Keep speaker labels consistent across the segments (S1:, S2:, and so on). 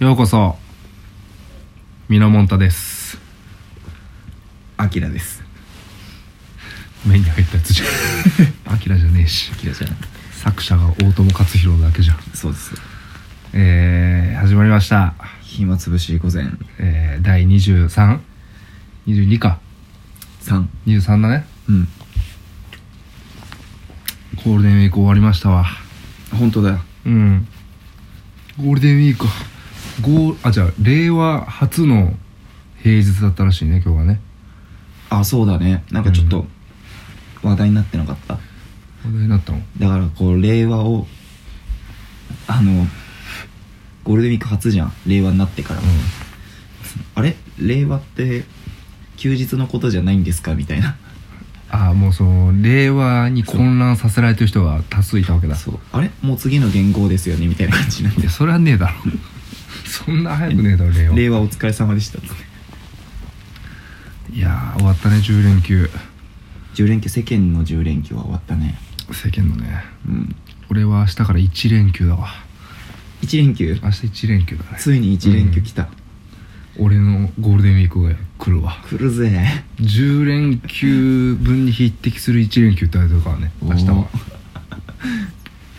S1: ようこそミノモンタです
S2: アキラです
S1: 目に入ったやつじゃんアキラじゃねえし
S2: アキラじゃない
S1: 作者が大友克洋だけじゃん
S2: そうです
S1: えー、始まりました
S2: 暇つぶし午前
S1: えー、第 23?22 か
S2: 3
S1: 23だね
S2: うん
S1: ゴールデンウィーク終わりましたわ
S2: 本当だよ
S1: うんゴールデンウィークゴーあじゃあ令和初の平日だったらしいね今日はね
S2: あそうだねなんかちょっと話題になってなかった
S1: 話題になったの
S2: だからこう令和をあのゴールデンウィーク初じゃん令和になってから、あれ令和って休日のことじゃないんですかみたいな
S1: ああもうその令和に混乱させられてる人が多数いたわけだ
S2: そうあれもう次の元号ですよねみたいな感じになっ
S1: いやそれはねえだろそんな早くねえだろ令和
S2: て令和お疲れ様でしたっつって
S1: いやー終わったね10連休
S2: 10連休世間の10連休は終わったね
S1: 世間のね
S2: うん
S1: 俺は明日から1連休だわ
S2: 1連休
S1: 明日1連休だね
S2: ついに1連休来た、
S1: 俺のゴールデンウィークが来るわ
S2: 来るぜ
S1: 10連休分に匹敵する1連休ってあれだからね明日はも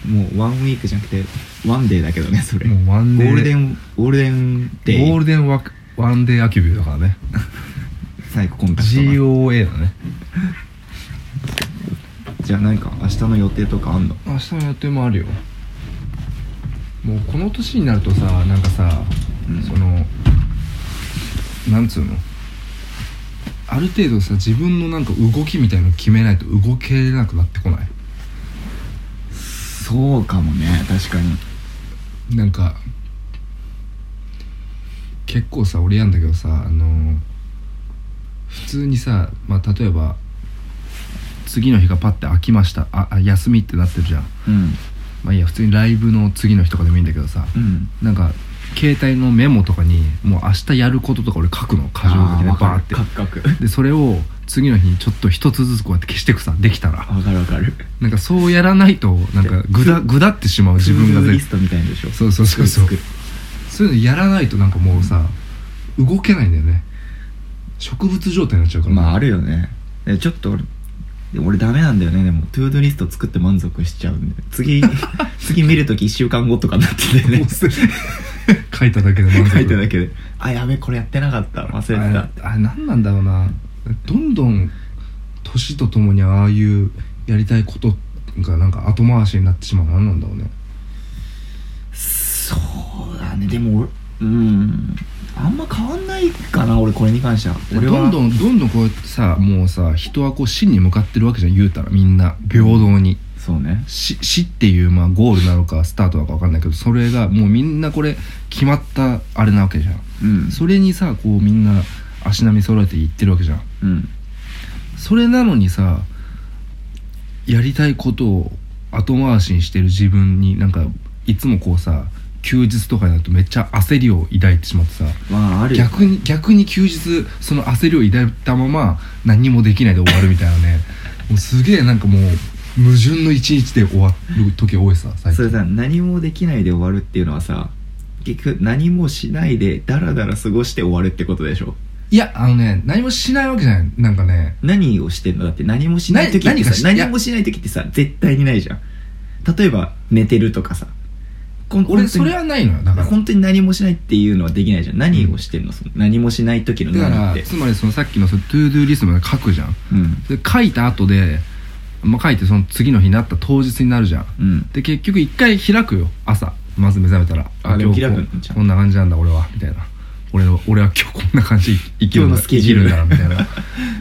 S2: もうワンウィークじゃなくてワンデーだけどねそれ
S1: うワン
S2: ゴ
S1: デー
S2: ールデンゴールデンデー
S1: ゴールデンワクワンデーアキビューだからね
S2: 最後コンタクトな
S1: GOA だね
S2: じゃあ何か明日の予定とかあんの
S1: 明日の予定もあるよもうこの年になるとさなんかさ、
S2: うん
S1: そのなんつうのある程度さ自分のなんか動きみたいの決めないと動けなくなってこない
S2: そうかもね確かに
S1: なんか結構さ俺やんだけどさあの普通にさ、まあ、例えば次の日がパッて空きましたああ休みってなってるじゃん
S2: うん
S1: まあいいや普通にライブの次の日とかでもいいんだけどさ、
S2: うん
S1: なんか携帯のメモとかにもう明日やることとか俺書くの過剰書きでバ
S2: あわか
S1: ー
S2: る
S1: って
S2: カクカク
S1: でそれを次の日にちょっと一つずつこうやって消してくさできたら
S2: わかるわかる
S1: なんかそうやらないとなんかぐだぐだってしまう自分が
S2: ツール
S1: 全
S2: リストみたいなでしょ
S1: そうそうそうそう
S2: 作る
S1: そういうのやらないとなんかもうさ動けないんだよね植物状態になっちゃうから、
S2: まああるよねえちょっと俺で俺ダメなんだよねでもトゥードゥリスト作って満足しちゃうんで次次見るとき1週間後とかになっててね
S1: 書いただけで満足
S2: 書いただけで「あやべこれやってなかった忘れてた」
S1: あれあれ何なんだろうなどんどん年とともにああいうやりたいことがなんか後回しになってしまう何なんだろうね
S2: そうだねでも俺うんあんま変わんないかな俺これに関しては
S1: ど
S2: 俺は
S1: んどんどんどんこうやってさもうさ人はこう死に向かってるわけじゃん言うたらみんな平等に
S2: そうね
S1: 死死っていうまあゴールなのかスタートなのか分かんないけどそれがもうみんなこれ決まったあれなわけじゃん
S2: うん
S1: それにさこうみんな足並み揃えて行ってるわけじゃん
S2: うん
S1: それなのにさやりたいことを後回しにしてる自分になんかいつもこうさ休日とかになるとめっちゃ焦りを抱いてしまってさ
S2: まあある
S1: 逆に逆に休日その焦りを抱いたまま何もできないで終わるみたいなね もうすげえなんかもう矛盾の一日で終わる時が多いさ最
S2: それ
S1: 近
S2: さ何もできないで終わるっていうのはさ結局何もしないでダラダラ過ごして終わるってことでしょ
S1: いやあのね何もしないわけじゃないなんかね
S2: 何をしてんのだって何もしない時っ
S1: 何何
S2: て
S1: かし
S2: さ何
S1: いや
S2: もしない時ってさ絶対にないじゃん例えば寝てるとかさこん本当
S1: 俺
S2: に
S1: それはないのよだから
S2: 本当に何もしないっていうのはできないじゃん何をしてんのその何もしない時の
S1: だ
S2: 何っ
S1: か
S2: て
S1: らつまりそのさっきのそのトゥードゥーリストまで書くじゃん
S2: うん
S1: で書いた後で、まあ、書いてその次の日になった当日になるじゃん
S2: うん
S1: で結局一回開くよ朝まず目覚めたら
S2: あでも
S1: 今日
S2: 開くんじゃん
S1: こんな感じなんだ俺はみたいな俺は俺は今日こんな感じ生きるんだ
S2: 今日のスケジュール
S1: 生きるんだみたいな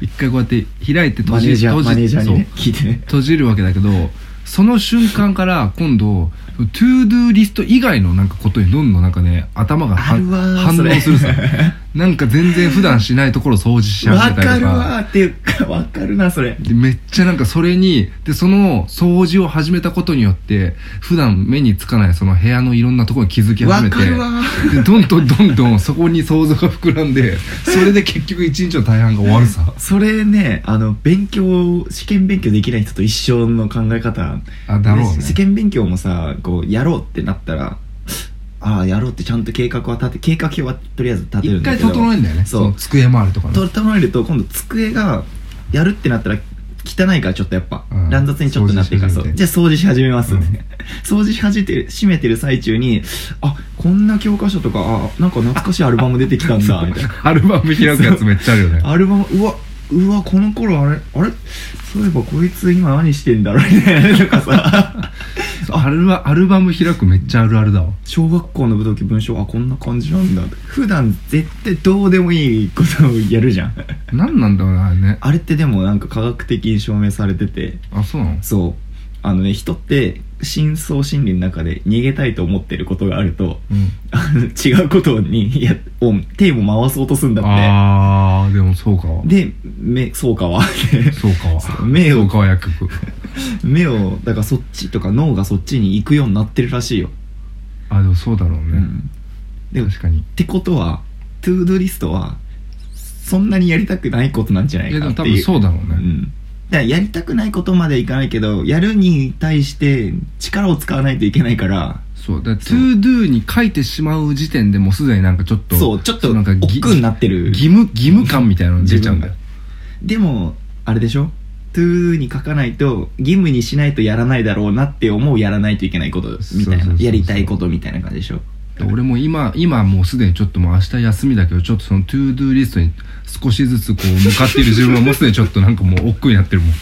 S1: 一回こうやって開いて閉
S2: マネ
S1: じ
S2: ージャー
S1: 閉
S2: マネー
S1: じ
S2: ジャー
S1: そ
S2: に
S1: う
S2: ね聞いてね
S1: 閉じるわけだけどその瞬間から今度トゥードゥーリスト以外のなんかことにどんどんなんかね頭が
S2: あるわー
S1: 反
S2: それ
S1: 応する さなんか全然普段しないところ掃除し
S2: わ
S1: 始めた
S2: か
S1: りと
S2: る
S1: か
S2: わーっていうかわかるなそれ
S1: でめっちゃなんかそれにでその掃除を始めたことによって普段目につかないその部屋のいろんなところに気づき始めて
S2: わかるわ
S1: でどんどんどんどんそこに想像が膨らんでそれで結局一日の大半が終わるさ
S2: それねあの勉強試験勉強できない人と一緒の考え方
S1: あだろうね
S2: で試験勉強もさこうやろうってなったらあああやろうってちゃんと計画は立て計画表はとりあえず立てる
S1: 一
S2: んだ
S1: 回
S2: けど
S1: 整えんだよね
S2: そう
S1: の机回るとかね
S2: 整えると今度机がやるってなったら汚いからちょっとやっぱ、
S1: うん
S2: 乱雑にちょっとなってるから
S1: 掃除し始め
S2: そう
S1: て
S2: じゃあ掃除し始めます、
S1: うん
S2: 掃除し始めてる閉めてる最中にあこんな教科書とかあなんか懐かしいアルバム出てきたん
S1: そ
S2: だ
S1: う
S2: みたいな
S1: アルバム開くやつめっちゃあるよね
S2: アルバムうわうわこの頃あれあれそういえばこいつ今何してんだろうみたいなとかさ
S1: そうアルバアルバム開くめっちゃあるあるだわ
S2: 小学校の武道記文章あこんな感じなんだ普段絶対どうでもいいことをやるじゃん
S1: 何なんだろうなあれね
S2: あれってでもなんか科学的に証明されてて
S1: あそうなの
S2: そうあのね人って深層心理の中で逃げたいと思ってることがあると
S1: うん
S2: あの違うことにやを手を回そうとするんだっ
S1: あーでもそうかわ
S2: てで目そうかは
S1: そうかわ
S2: そう名
S1: そ
S2: 誉
S1: うかわ薬局
S2: 目をだからそっちとか脳がそっちに行くようになってるらしいよ、
S1: あでもそうだろう
S2: う
S1: ね、
S2: ん、でもっ
S1: 確かに
S2: てことはトゥードゥリストはそんなにやりたくないことなんじゃないい
S1: やでも
S2: かって
S1: 多
S2: いう
S1: 分そうだろう
S2: う
S1: ね、
S2: ん、だからやりたくないことまでいかないけどやるに対して力を使わないといけないから
S1: そうだから ToDo に書いてしまう時点でもうすでになんかちょっと
S2: そうちょっと
S1: なんかぎ
S2: 億劫になってる
S1: 義務義務感みたいなの出ちゃうんだよ
S2: でもあれでしょ to に書かないと義務にしないとやらないだろうなって思うやらないといけないことみた
S1: そうそうそう
S2: いな
S1: そう
S2: やりたいことみたいな感じでしょ
S1: 俺も今今もうすでにちょっともう明日休みだけどちょっとその ToDo リストに少しずつこう向かっている自分はもうすでにちょっとなんかもう億劫になってるもん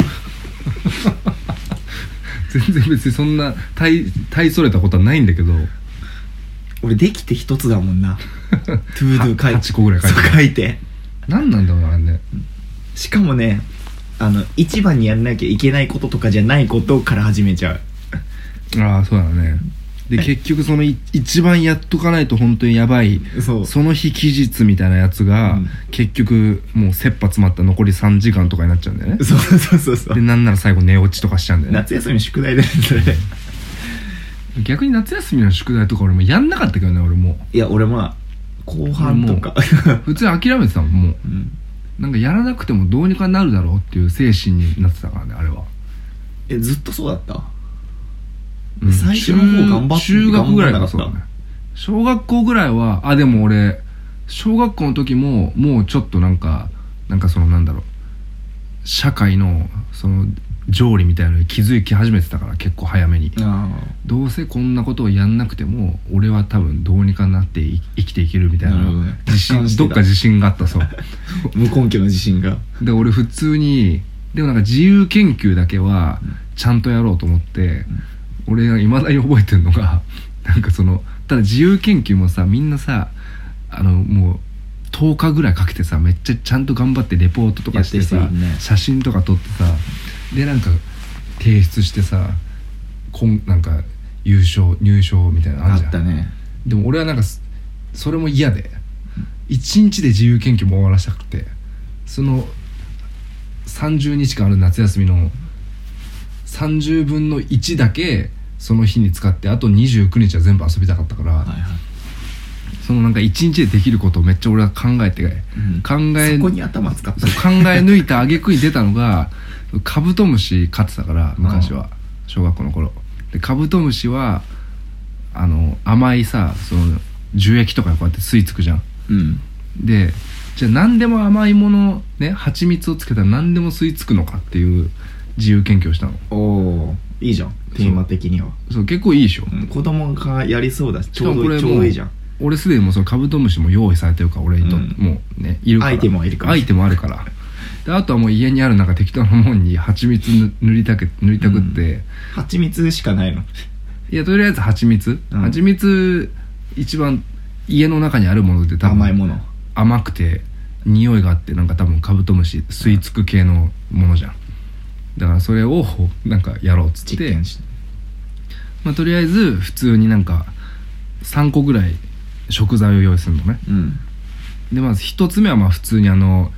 S1: 全然別にそんな大大それたことはないんだけど
S2: 俺できて一つだもんな to do 書いて
S1: 8個ぐらい書いて
S2: そう書いて
S1: 何なんだろうなあれね
S2: しかもねあの一番にやらなきゃいけないこととかじゃないことから始めちゃう
S1: ああそうだねで結局そのい一番やっとかないと本当にやばい
S2: そう
S1: その日期日みたいなやつが、
S2: うん
S1: 結局もう切羽詰まった残り3時間とかになっちゃうんだよね
S2: そうそうそうそ
S1: で
S2: う
S1: なんなら最後寝落ちとかしちゃうんだよね
S2: 夏休みの宿題だよそれ
S1: 逆に夏休みの宿題とか俺もやんなかったけどね俺も
S2: いや俺まあ後半とか
S1: 普通に諦めてたもんもう
S2: うん
S1: なんかやらなくてもどうにかなるだろうっていう精神になってたからねあれは、
S2: えずっとそうだった
S1: うん
S2: 最初の方頑張っ
S1: 中中学ぐらいから
S2: 頑張んなかった
S1: そうだね小学校ぐらいはあでも俺小学校の時ももうちょっとなんかなんかそのなんだろう社会のその条理みたいなのに気づき始めてたから結構早めに
S2: あ
S1: どうせこんなことをやんなくても俺は多分どうにかなってい生きていけるみたいな
S2: なるほどね
S1: 自信
S2: 達観して
S1: ど
S2: た
S1: っか自信があったそう
S2: あ無根拠の自信が
S1: で俺普通にでもなんか自由研究だけはちゃんとやろうと思って、俺がいまだに覚えてるのが なんかそのただ自由研究もさみんなさあのもう10日ぐらいかけてさめっちゃちゃんと頑張ってレポートとかしてさ
S2: やってる人いるね
S1: 写真とか撮ってさでなんか提出してさこんなんか優勝入賞みたいなのあ
S2: あ
S1: るじゃ
S2: っ
S1: ん
S2: たね
S1: でも俺はなんかすそれも嫌で一日で自由研究も終わらせたくてその30日間ある夏休みの30分の1だけその日に使ってあと29日は全部遊びたかったから、
S2: はいはい
S1: そのなんか一日でできることをめっちゃ俺は考えて、考え
S2: そこに頭使った
S1: そう考え抜いた挙句に出たのがカブトムシ飼ってたから昔は小学校の頃でカブトムシはあの甘いさその樹液とかにこうやって吸い付くじゃん
S2: うん
S1: でじゃあ何でも甘いものね蜂蜜をつけたら何でも吸い付くのかっていう自由研究をしたの
S2: おおいいじゃんテーマ的には、
S1: そう結構いいでしょ、
S2: うん、子供がやりそうだしちょう
S1: しかもこ
S2: ど
S1: れ
S2: ちょう
S1: も
S2: ど
S1: う
S2: いいじゃん
S1: 俺すでにもうそのカブトムシも用意されてるから俺にと、
S2: うん
S1: もうねいるから
S2: アイテムはいるから
S1: アイテムあるからであとはもう家にあるなんか適当なもんに蜂蜜塗りたく塗りたくって、
S2: 蜂蜜しかないの
S1: いやとりあえず蜂蜜、
S2: うん
S1: 蜂蜜一番家の中にあるもので多分
S2: 甘いもの
S1: 甘くて匂いがあってなんか多分カブトムシ吸い付く系のものじゃんだからそれをなんかやろうっつっ
S2: 実
S1: て
S2: 験して
S1: まあとりあえず普通になんか3個ぐらい食材を用意するのね
S2: うん
S1: でまず一つ目はまあ普通にあの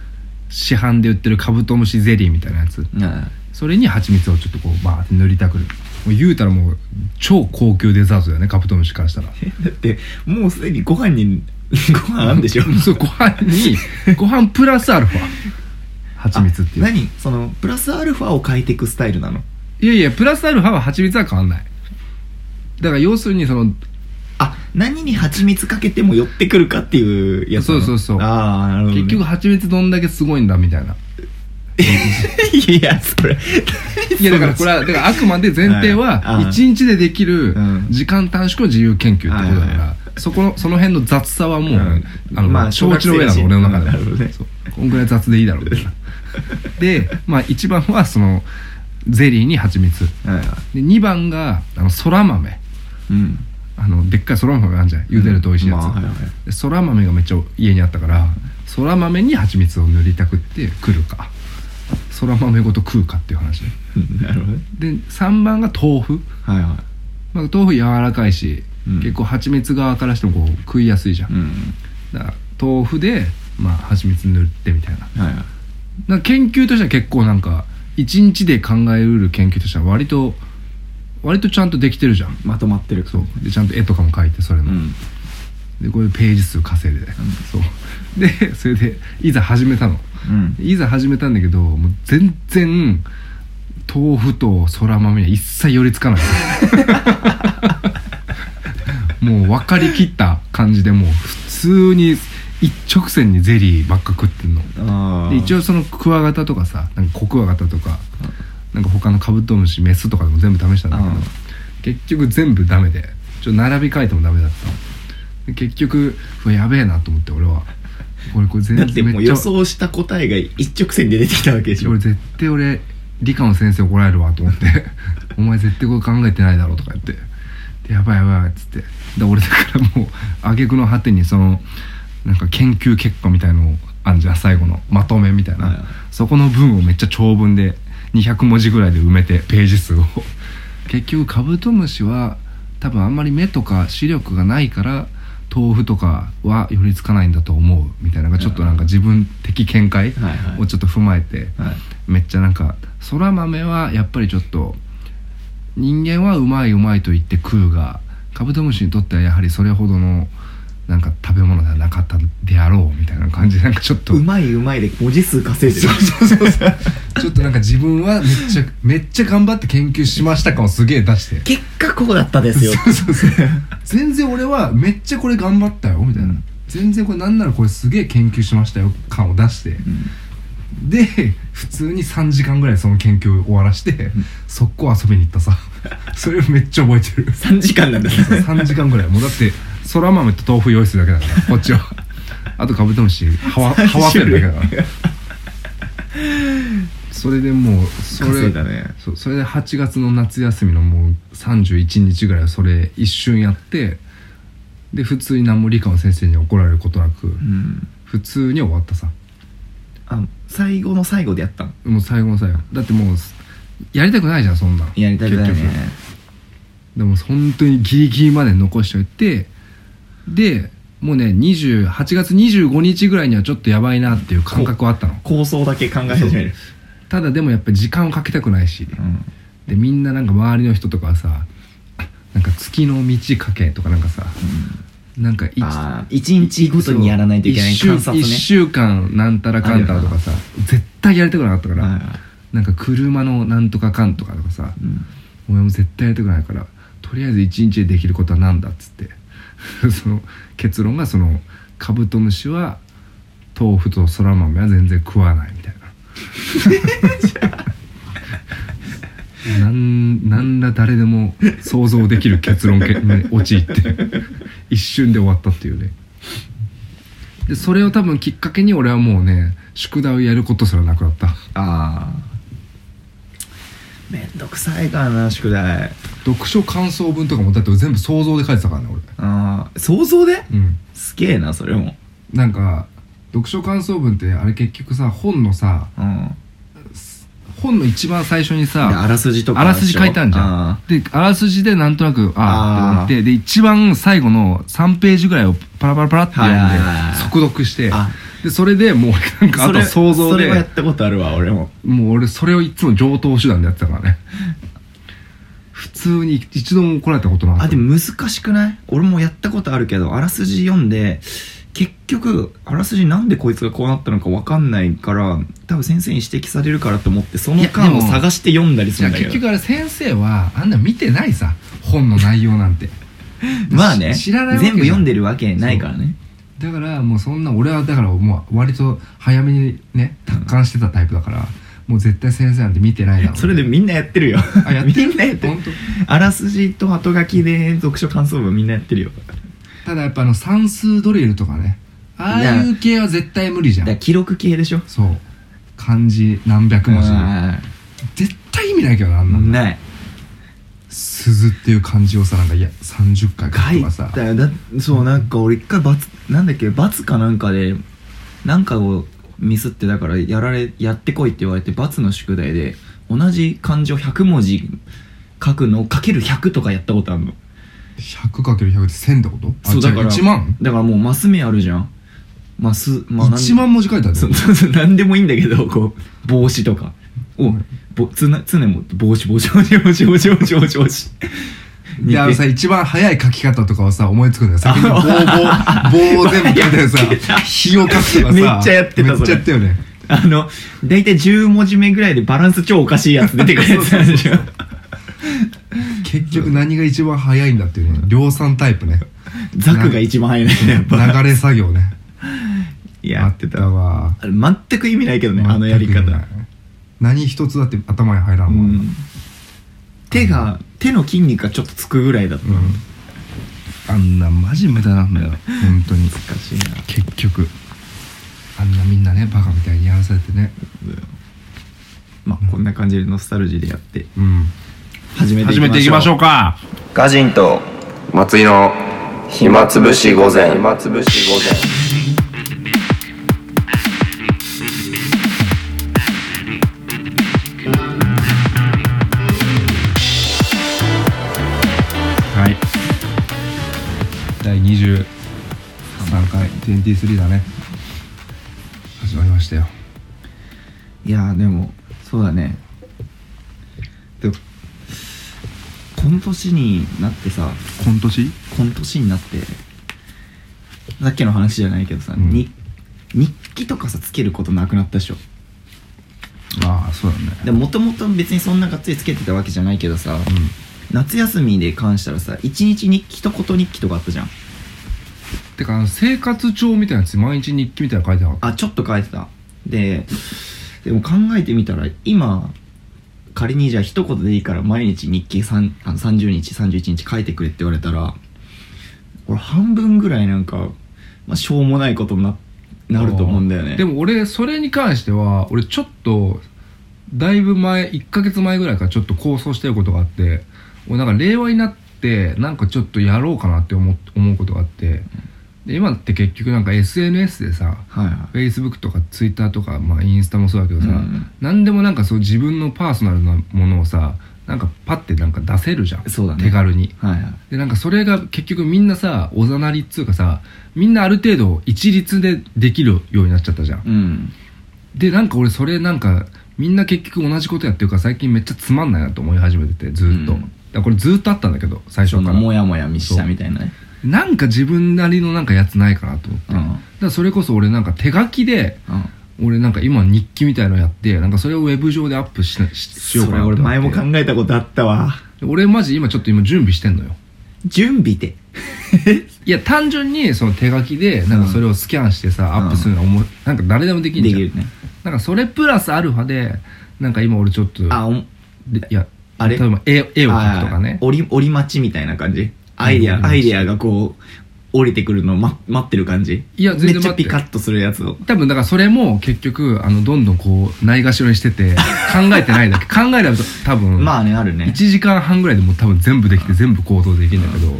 S1: 市販で売ってるカブトムシゼリーみたいなやつ
S2: あ
S1: それに蜂蜜をちょっとこうバーって塗りたくるもう言うたらもう超高級デザートだよねカブトムシからしたら
S2: だってもうすでにご飯に ご飯あんでしょ
S1: そうご飯にご飯プラスアルファ蜂蜜っていう
S2: 何そのプラスアルファを変えていくスタイルなの
S1: いやいやプラスアルファは蜂蜜は変わんないだから要するにその
S2: あ何に蜂蜜かけても寄ってくるかっていうやつなの
S1: そうそうそう
S2: ああなるほどね、
S1: 結局蜂蜜どんだけすごいんだみたいな
S2: いやそれ
S1: いやだからこれはだからあくまで前提は
S2: はいああ
S1: 1日でできる
S2: うん
S1: 時間短縮の自由研究ってことだ
S2: は
S1: か
S2: いはいは
S1: らそこのその辺の雑さはもう、
S2: うん
S1: あの、
S2: まあ
S1: 承知の上なの俺の中では、
S2: なるほどね
S1: そうこんぐらい雑でいいだろうみたいなでまあ一番はそのゼリーに蜂蜜
S2: はいはい
S1: で2番があのそら豆
S2: うん
S1: あのでっかいそら豆があるじゃん茹でると美味しいやつ、
S2: まあはいはい
S1: でそら豆がめっちゃ家にあったからそら豆に蜂蜜を塗りたくって来るかそら豆ごと食うかっていう話ね
S2: うんなるほどね
S1: で3番が豆腐、
S2: はいは
S1: まあ、豆腐柔らかいし、
S2: うん
S1: 結構蜂蜜側からしてもこう食いやすいじゃん、
S2: いうん
S1: だから豆腐でまあ蜂蜜塗ってみたいなだか
S2: はいはい
S1: ら研究としては結構なんか一日で考えうる研究としては割と割とちゃんとできてるじゃん
S2: まとまってる
S1: そうでちゃんと絵とかも描いてそれの、
S2: ん
S1: でこういうページ数稼いで、そうでそれでいざ始めたの
S2: うん
S1: いざ始めたんだけどもう全然豆腐とそら豆には一切寄りつかない もう分かりきった感じでもう普通に一直線にゼリーばっか食ってんの
S2: ああ
S1: で一応そのクワガタとかさなんかコクワガタとかなんか他のカブトムシメスとかでも全部試したんだけど
S2: うん
S1: 結局全部ダメでちょっと並び替えてもダメだったので結局うわやべえなと思って俺はこれこれ全
S2: だ
S1: 然
S2: ってもう
S1: めっちゃ
S2: 予想した答えが一直線で出てきたわけでしょ
S1: 俺絶対俺理科の先生怒られるわと思 って「お前絶対これ考えてないだろ」とか言って「でやばいやばいやばい」っつってで俺だからもう挙句の果てにそのなんか研究結果みたいのあんじゃん最後のまとめみたいな、
S2: はい
S1: そこの文をめっちゃ長文で200文字ぐらいで埋めてページ 数を結局カブトムシは多分あんまり目とか視力がないから豆腐とかは寄りつかないんだと思うみたいなのがちょっとなんか自分的見解
S2: はいはい
S1: をちょっと踏まえて、
S2: はい
S1: めっちゃなんかそら豆はやっぱりちょっと人間はうまいうまいと言って食うがカブトムシにとってはやはりそれほどのなんか食べ物ではなかったであろうみたいな感じでなんかちょっと
S2: うまいうまいで文字数稼いでる
S1: そうそうそうそうちょっとなんか自分はめっちゃめっちゃ頑張って研究しました感をすげえ出して
S2: 結果こうだったですよ
S1: そうそうそう 全然俺はめっちゃこれ頑張ったよみたいな、
S2: うん
S1: 全然これなんならこれすげえ研究しましたよ感を出して、で普通に3時間ぐらいその研究を終わらして、速攻遊びに行ったさ それをめっちゃ覚えてる
S2: 3時間なんだ
S1: 3時間ぐらいもうだってそら豆と豆腐用意するだけだからこっ ちはあとカブトムシはわはわせるだけだ からそれでもうそ
S2: 稼
S1: れ
S2: いだね
S1: そうそれで8月の夏休みのもう31日ぐらいはそれ一瞬やってで普通に何も理科の先生に怒られることなく、
S2: うん
S1: 普通に終わったさ
S2: あ最後の最後でやったの
S1: もう最後の最後だってもうやりたくないじゃんそんなん
S2: やりたくないね
S1: 結局でも本当にギリギリまで残しておいてでもうね28月25日ぐらいにはちょっとやばいなっていう感覚はあったの
S2: 構想だけ考え始める
S1: ただでもやっぱり時間をかけたくないし
S2: うん
S1: でみんななんか周りの人とかはさあなんか月の満ち欠けとかなんかさなんか一
S2: ああ1日ごとにやらないといけない
S1: そう
S2: 観察ね
S1: 一週一週間なんたらかんたらとかさ絶対やりたくなかったから、
S2: はいはい
S1: なんか車のなんとかかんとかとかさ、
S2: うん
S1: 俺も絶対やりたくないからとりあえず一日でできることは何だっつって その結論がそのカブトムシは豆腐とそら豆は全然食わないみたい ななんなんら誰でも想像できる結論けに陥って一瞬で終わったっていうねでそれを多分きっかけに俺はもうね宿題をやることすらなくなった
S2: ああめんどくさいからな宿題
S1: 読書感想文とかもだって全部想像で書いてたからね
S2: ああ想像で
S1: 俺うん
S2: すげえなそれも
S1: なんか読書感想文ってあれ結局さ本のさ
S2: うん
S1: 本の一番最初に
S2: で
S1: さ
S2: あらすじとか
S1: あらすじ書いてあるじゃん
S2: あ
S1: であらすじでなんとなくあー
S2: あー
S1: って思ってで一番最後の3ページぐらいをパラパラパラって読んで、
S2: はいはいはいはい
S1: 速読して
S2: あ
S1: でそれでもうなん
S2: ー
S1: かあと
S2: それ
S1: 想像
S2: それはや
S1: で
S2: ったことあるわ俺も
S1: もう俺それをいつも上等手段でやってたからね普通に一度も怒られたことなかった
S2: あでも難しくない俺もやったことあるけどあらすじ読んで結局あらすじなんでこいつがこうなったのか分かんないから多分先生に指摘されるからと思ってその
S1: いや
S2: 間
S1: で
S2: を
S1: も
S2: 探して読んだり
S1: い
S2: す
S1: や
S2: るんだけ
S1: 結
S2: ど
S1: 局あれ先生はあんな見てないさ本の内容なんて
S2: まあね
S1: 知らないわけじゃ
S2: 全
S1: ん
S2: 部読んでるわけないからね
S1: だからもうそんな俺はだからもう割と早めにね達観してたタイプだからもう絶対先生なんて見てないだろう
S2: それでみんなやってるよ
S1: あやってる
S2: みんなやってる
S1: 本
S2: あらすじと後書きで読書感想文みんなやってるよ
S1: 当ただやっぱあの算数ドリルとかねああいう系は絶対無理じゃ
S2: だから
S1: ん
S2: 記録系でしょ
S1: そう漢字何百文字
S2: あ
S1: 絶対意味ないけどなあんな
S2: ー
S1: ん
S2: ない
S1: 鈴っていう漢字をさなんかいや30回書
S2: 書
S1: く
S2: い
S1: とかさ
S2: たよだそうなんか俺一回罰なんだっけ罰かなんかでなんかをミスってだからやられやってこいって言われて罰の宿題で同じ漢字を100文字書くのをかける100とかやったことあるの
S1: 100×100 って1000ってことあ
S2: そうだ
S1: 違
S2: から
S1: 1万
S2: だからもうマス目あるじゃんマスまあなん
S1: ?1 万文字書いたんだ
S2: そ
S1: よ
S2: うそうそう 何でもいいんだけどこう帽子とかをぼつな常も帽子帽子帽子帽子帽子帽子帽子帽子
S1: であのさ一番早い書き方とかをさ思いつくんだよ先に棒棒棒を全部書いて
S2: やってた
S1: さ火を書くとかさ
S2: めっちゃやってたそれ
S1: めっちゃやったよね
S2: あの、大体10文字目ぐらいでバランス超おかしいやつ出てくるやつなんでしょ。
S1: 結局何が一番早いんだっていうね量産タイプね
S2: ザクが一番早いね、やっぱ。
S1: 流れ作業ね
S2: やって
S1: あ
S2: た。
S1: わ
S2: あれ全く意味ないけどね、あのやり
S1: 全く
S2: 方
S1: 意味。ない何一つだって頭に入ら
S2: うん
S1: もん、うん
S2: ん手が、手の筋肉がちょっとつくぐらいだった。
S1: あんなマジ無駄なんだよ本当に
S2: 難しいな。
S1: 結局あんなみんなねバカみたいにやらされてね
S2: まあ、こんな感じでノスタルジーでやって、
S1: うん
S2: 始めていきましょう。
S1: ょうか
S3: ガジンと
S4: 松井の
S3: 暇つぶし午前
S4: 暇つぶし午前
S1: はい第23回23だね始まりましたよ
S2: いやーでもそうだねでも今年になってさ
S1: 今年
S2: 今年になってさっきの話じゃないけどさ、
S1: うん
S2: に日記とかさつけることなくなったでしょ
S1: ああそうだね
S2: でもともと別にそんながっつりつけてたわけじゃないけどさ、
S1: うん
S2: 夏休みで関したらさ一日日記とこと日記とかあったじゃん
S1: てかあの生活帳みたいなやつ毎日日記みたいなの書いてなかった
S2: あちょっと書いてたででも考えてみたら今仮にじゃあ一言でいいから毎日日記さんあの30日31日書いてくれって言われたら俺半分ぐらいなんか、まあ、しょうもないことにななると思うんだよね
S1: でも俺それに関しては俺ちょっとだいぶ前1ヶ月前ぐらいからちょっと構想してることがあって俺なんか令和になってなんかちょっとやろうかなって思う思うことがあってで今って結局なんか SNS でさ
S2: はいは
S1: Facebook とか Twitter とか、まあ、インスタもそうだけどさ、
S2: うん
S1: 何でもなんかそう自分のパーソナルなものをさなんかパッてなんか出せるじゃん、
S2: いそうだね
S1: 手軽に
S2: はいはい
S1: でなんかそれが結局みんなさおざなりっつうかさみんなある程度一律でできるようになっちゃったじゃん、
S2: うん
S1: でなんか俺それなんかみんな結局同じことやってるから最近めっちゃつまんないなと思い始めててずーっと、
S2: うん
S1: だからこれずーっとあったんだけど最初
S2: そ
S1: か
S2: の
S1: ら
S2: モヤモヤしたみたいなね
S1: なんか自分なりのなんかやつないかなと思って、
S2: うん
S1: だからそれこそ俺なんか手書きで
S2: うん
S1: 俺なんか今日記みたいのやってなんかそれをウェブ上でアップしししよう
S2: そ
S1: かなと思
S2: れ
S1: っ
S2: 俺
S1: て
S2: 前も考えたことあったわ
S1: 俺マジ今ちょっと今準備してんのよ
S2: 準備で
S1: いや単純にその手書きでなんかそれをスキャンしてさ、アップするのはおもなんか誰でもでき
S2: で
S1: んじ
S2: き
S1: ゃん
S2: るね
S1: なんかそれプラスアルファでなんか今俺ちょっと
S2: あおん
S1: でいや
S2: あれ
S1: 例えば絵絵を描くとかね
S2: 折り折り待ちみたいな感じアイ
S1: 折
S2: デ
S1: り
S2: ア
S1: 待ち
S2: アイデアがこう降りてくるのを、ま、待ってる感じ
S1: いや全然
S2: めっちゃ
S1: 待って
S2: ピカッとするやつを
S1: 多分だからそれも結局あのどんどんこうないがしろにしてて考えてないだけ考えれば多分
S2: まあねある
S1: 1
S2: ね
S1: 時間半ぐらいでもう多分全部できて全部行動できるんだけど、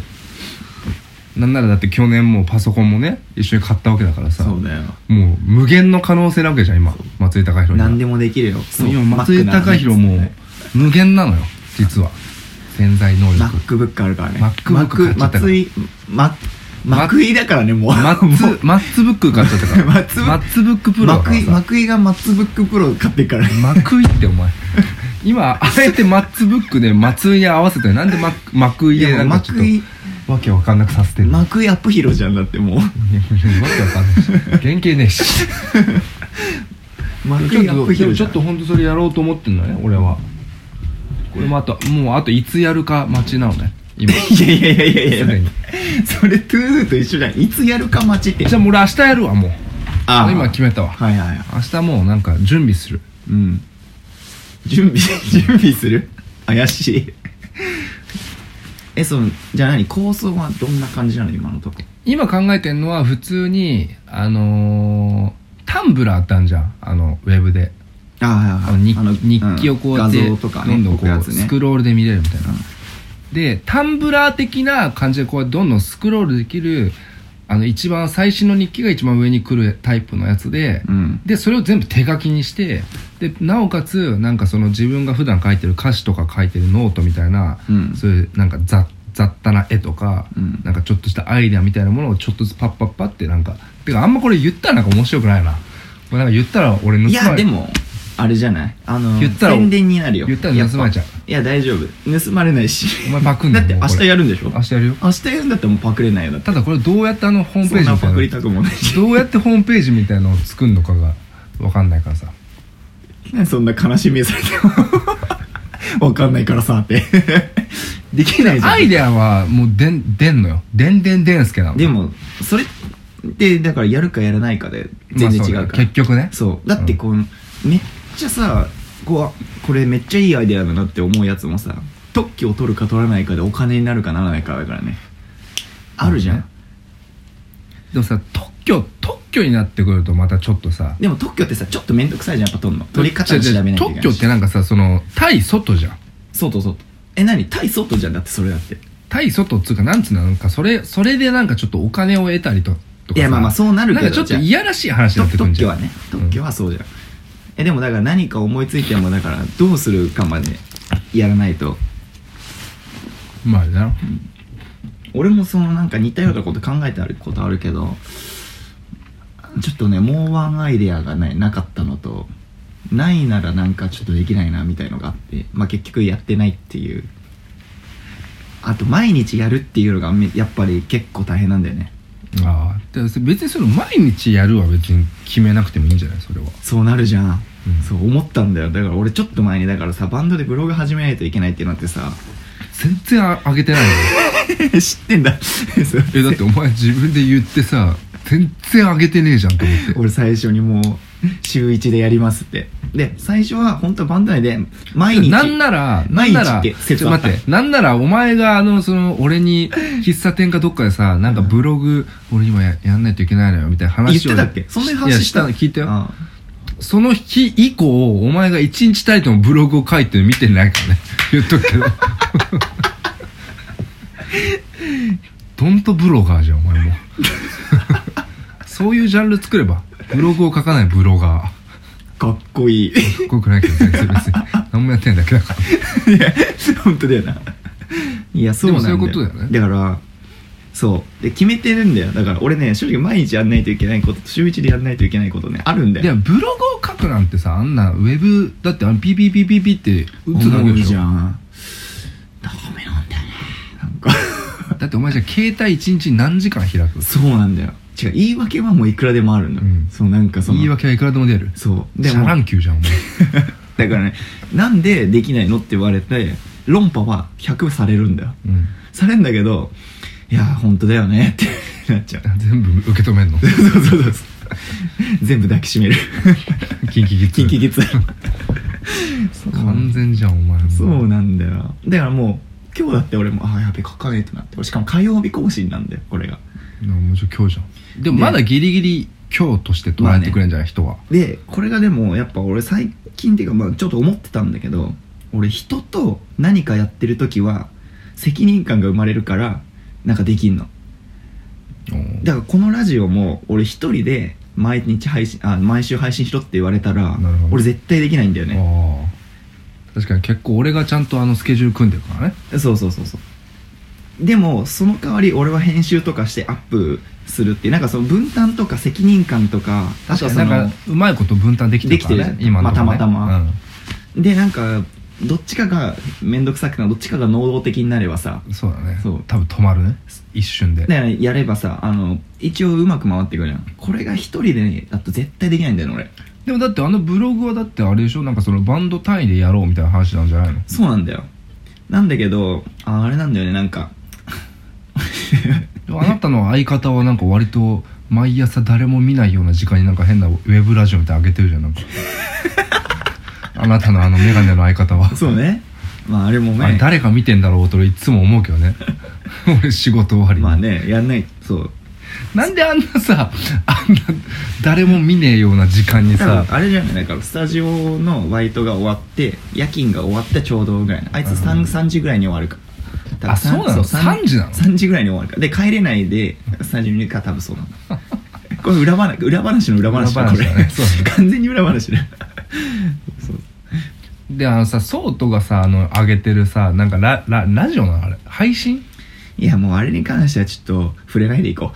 S1: なんならだって去年もパソコンもね一緒に買ったわけだからさ
S2: そうだよ
S1: もう無限の可能性なわけじゃん今松井貴弘には
S2: 何でもできるよそう
S1: 今松井貴弘も無限なのよ実は潜在能力
S2: MacBook あるからね
S1: MacBook 買っちゃったから
S2: 松井ま幕井だからねもう
S1: マッツ マッツブック買っちゃったから
S2: マッツ
S1: マッツブックプロだか
S2: 幕
S1: ら
S2: 井
S1: さ
S2: 幕井が MacBook プロ買ってっからね
S1: マクイってお前今あえてマッツブックで松井に合わせたよなんでマクマクイで
S2: でも
S1: なんかちょっ
S2: 幕井
S1: とわけわかんなくさせてるの
S2: 幕井アップヒロじゃんだっても
S1: い
S2: う
S1: やいやわけわかんないし原型ねえし
S2: 幕
S1: ちょ
S2: 井アッ
S1: っと
S2: プヒ
S1: で
S2: ロ
S1: も
S2: じ
S1: ち
S2: ゃ
S1: ょ
S2: ん
S1: っと本当それやろうと思ってんだね俺はこれもあともうあといつやるか待ちなのね今
S2: いやいやいやいやい
S1: す
S2: や
S1: でに
S2: それトゥードゥと一緒じゃんいつやるか待ちって
S1: じゃあもう俺明日やるわもう
S2: あ
S1: 今決めたわ
S2: はいはいはい
S1: 明日もうなんか準備する
S2: うん準備 準備する怪しい えそのじゃあ何構想はどんな感じなの今のとこ
S1: 今考えてんのは普通にあのー、タンブラーあったんじゃんあのウェブで
S2: あ
S1: あの日
S2: あの
S1: 日記をこうやって
S2: ん
S1: ど
S2: 画像
S1: ん
S2: とかね
S1: どん
S2: 置
S1: こ
S2: くやつ
S1: う
S2: ね
S1: スクロールで見れるみたいなでタンブラー的な感じでこうどんどんスクロールできるあの一番最新の日記が一番上に来るタイプのやつで、
S2: うん
S1: でそれを全部手書きにしてでなおかつなんかその自分が普段書いてる歌詞とか書いてるノートみたいな、
S2: うん
S1: そういうなんか雑雑多な絵とか、
S2: うん
S1: なんかちょっとしたアイデアみたいなものをちょっとずつパッパッパってなんかてかあんまこれ言ったらなんか面白くないなもうなんか言ったら俺盗まれ
S2: いやでもあれじゃないあの
S1: 言ったら
S2: 宣伝になるよ
S1: 言ったら盗まれちゃう
S2: やっぱいや大丈夫盗まれないし
S1: お前パクん
S2: だ
S1: だ
S2: って
S1: よも
S2: 明
S1: うこ
S2: 日
S1: れ
S2: やるんでしょ
S1: 明日やるよ
S2: 明日やるんだったらもうパクれないよだって
S1: ただこれどうやってあのホームペ
S2: そ
S1: ー
S2: ん
S1: ジ
S2: な
S1: みた
S2: パ
S1: い
S2: クり
S1: な
S2: たくもないし
S1: どうやってホームページみたいのを作るのかが分かんないからさ
S2: そんな悲しみされてもわかんないからさって できないじゃん
S1: アイデアはもうでんでんのよでんでんでんすけなの
S2: でもそれってだからやるかやらないかで全然違うから、
S1: まあそうだよ結局ね
S2: そうだってこう、めっちゃさこうあこれめっちゃいいアイデアだなって思うやつもさ特許を取るか取らないかでお金になるかならないかだからねあるじゃん、
S1: まあねでもさ特許特許になってくるとまたちょっとさ
S2: でも特許ってさちょっと面倒くさいじゃんやっぱ取るの取り方を調べないといけな
S1: 特
S2: い
S1: 許ってなんかさその対外じゃん
S2: 外外え何対外じゃんだってそれだって
S1: 対外っつうかなんつうのなんかそれそれでなんかちょっとお金を得たりととかさ
S2: いやまあまあそうなるけど
S1: なんかちょっといやらしい話になってくる
S2: 特
S1: んじ
S2: 許
S1: ゃ
S2: は
S1: ん
S2: ね特許はそうじゃん、えでもだから何か思いついてもだからどうするかまでやらないと
S1: まああれだな
S2: 俺もそのなんか似たようなこと考えてあることあるけどちょっとねもうワンアイデアがないなかったのとないならなんかちょっとできないなみたいのがあってまあ結局やってないっていうあと毎日やるっていうのがめやっぱり結構大変なんだよね
S1: ああで別にその毎日やるは別に決めなくてもいいんじゃないそれは
S2: そうなるじゃ
S1: う
S2: ん、
S1: ん
S2: そう思ったんだよだから俺ちょっと前にだからさバンドでブログ始めないといけないってなってさ
S1: 全然あ上げてないの
S2: 知ってんだそう
S1: えだってお前自分で言ってさ全然上げてねえじゃんと思って
S2: 俺最初にもう週1でやりますってで最初は本当はバンド内で毎日
S1: なんなら、なん
S2: 毎
S1: な
S2: 日
S1: ら、
S2: って
S1: ちょっ
S2: 説
S1: と
S2: は
S1: 待って、なんならお前があの、その、俺 に、喫茶店かどっかでさ、なんかブログ、俺今ややんないといけないのよ、みたいな
S2: 言っ
S1: 話を。
S2: てたっけそんなに話した
S1: いや聞いたよ。
S2: あ
S1: その日以降、お前が一日たりともブログを書いてるの見てないからね。 言っとくけど。ドントブロガーじゃん、お前も。そういうジャンル作れば、ブログを書かないブロガー。か
S2: かっこいい
S1: っこよくないけど、全然別に。何もやってないだけだ から。
S2: いや本当だよないやそうなんだよ
S1: でもそういうことだよね
S2: からそうで決めてるんだよだから俺ね正直毎日やんないといけないことと週1でやんないといけないことねあるんだよ
S1: いやブログを書くなんてさあんなウェブだってあのピピピピピって打つだけでし
S2: じ
S1: ょ
S2: ゃんダメなんだよねなんか
S1: だってお前じゃあ携帯一日に何時間開く
S2: そうなんだよ違う言い訳はもういくらでもあるんだ、
S1: うん
S2: そうなんかその
S1: 言い訳はいくらでも出る
S2: そう
S1: シ
S2: で
S1: ャ
S2: も
S1: ラン級じゃんお前
S2: だからねなんでできないのって言われて論破は100されるんだよ
S1: うん
S2: されんだけどいやー本当だよねってなっちゃう
S1: 全部受け止めんの
S2: そうそうそうそう全部抱きしめる
S1: キンキキッズ
S2: キンキキッズそう
S1: 完全じゃんお前も
S2: そうなんだよだからもう今日だって俺もああやべ書かねえとなって俺しかも火曜日更新なんだよこれが
S1: なんかもうちょ今日じゃんでもまだギリギリ今日として捉えてくれんじゃない人は
S2: でこれがでもやっぱ俺最近っていうかまあちょっと思ってたんだけど俺人と何かやってる時は責任感が生まれるからなんかできんの
S1: うん
S2: だからこのラジオも俺一人で毎日配信あ毎週配信しろって言われたら
S1: なるほど
S2: 俺絶対できないんだよね
S1: ああ確かに結構俺がちゃんとあのスケジュール組んでるからね
S2: そうそうそうそうでもその代わり俺は編集とかしてアップするっていうなんかその分担とか責任感とかあとはその
S1: なんかうまいこと分担できてるからね
S2: できてる
S1: 今のとこね
S2: またまたま
S1: うん
S2: でなんかどっちかが面倒くさくなどっちかが能動的になればさ
S1: そうだね
S2: そう
S1: 多分止まるね一瞬で
S2: だからやればさあの一応うまく回っていくじゃんこれが一人でねだと絶対できないんだよね俺
S1: でもだってあのブログはだってあれでしょなんかそのバンド単位でやろうみたいな話なんじゃないの
S2: そうなんだよなんだけどああれなんだよねなんか
S1: でもあなたの相方はなんか割と毎朝誰も見ないような時間になんか変なウェブラジオみたいなの上げてるじゃん なんかあなたのあの眼鏡の相方は
S2: そうねまああれも
S1: あれ
S2: ね
S1: 誰が見てんだろうと俺いつも思うけどね 俺仕事終わりに、
S2: まあねやんないそう
S1: なんであんなさあんな誰も見ねえような時間に
S2: 多
S1: さ
S2: 分あれじゃないなんかスタジオのバイトが終わって夜勤が終わってちょうどぐらいのあいつ 3, 3時ぐらいに終わるか多分
S1: あそうなの
S2: 三
S1: 3時なの
S2: 3時ぐらいに終わるからで帰れないでスタジオにいるから多分 そうなのこれ裏話裏話の裏話だ
S1: 裏
S2: こ
S1: 話
S2: れ
S1: だねそうだね
S2: 完全に裏話だそう
S1: であのさソートがさあの上げてるさなんかラララジオなのあれ配 信
S2: いやもうあれに関してはちょっと触れないでいこ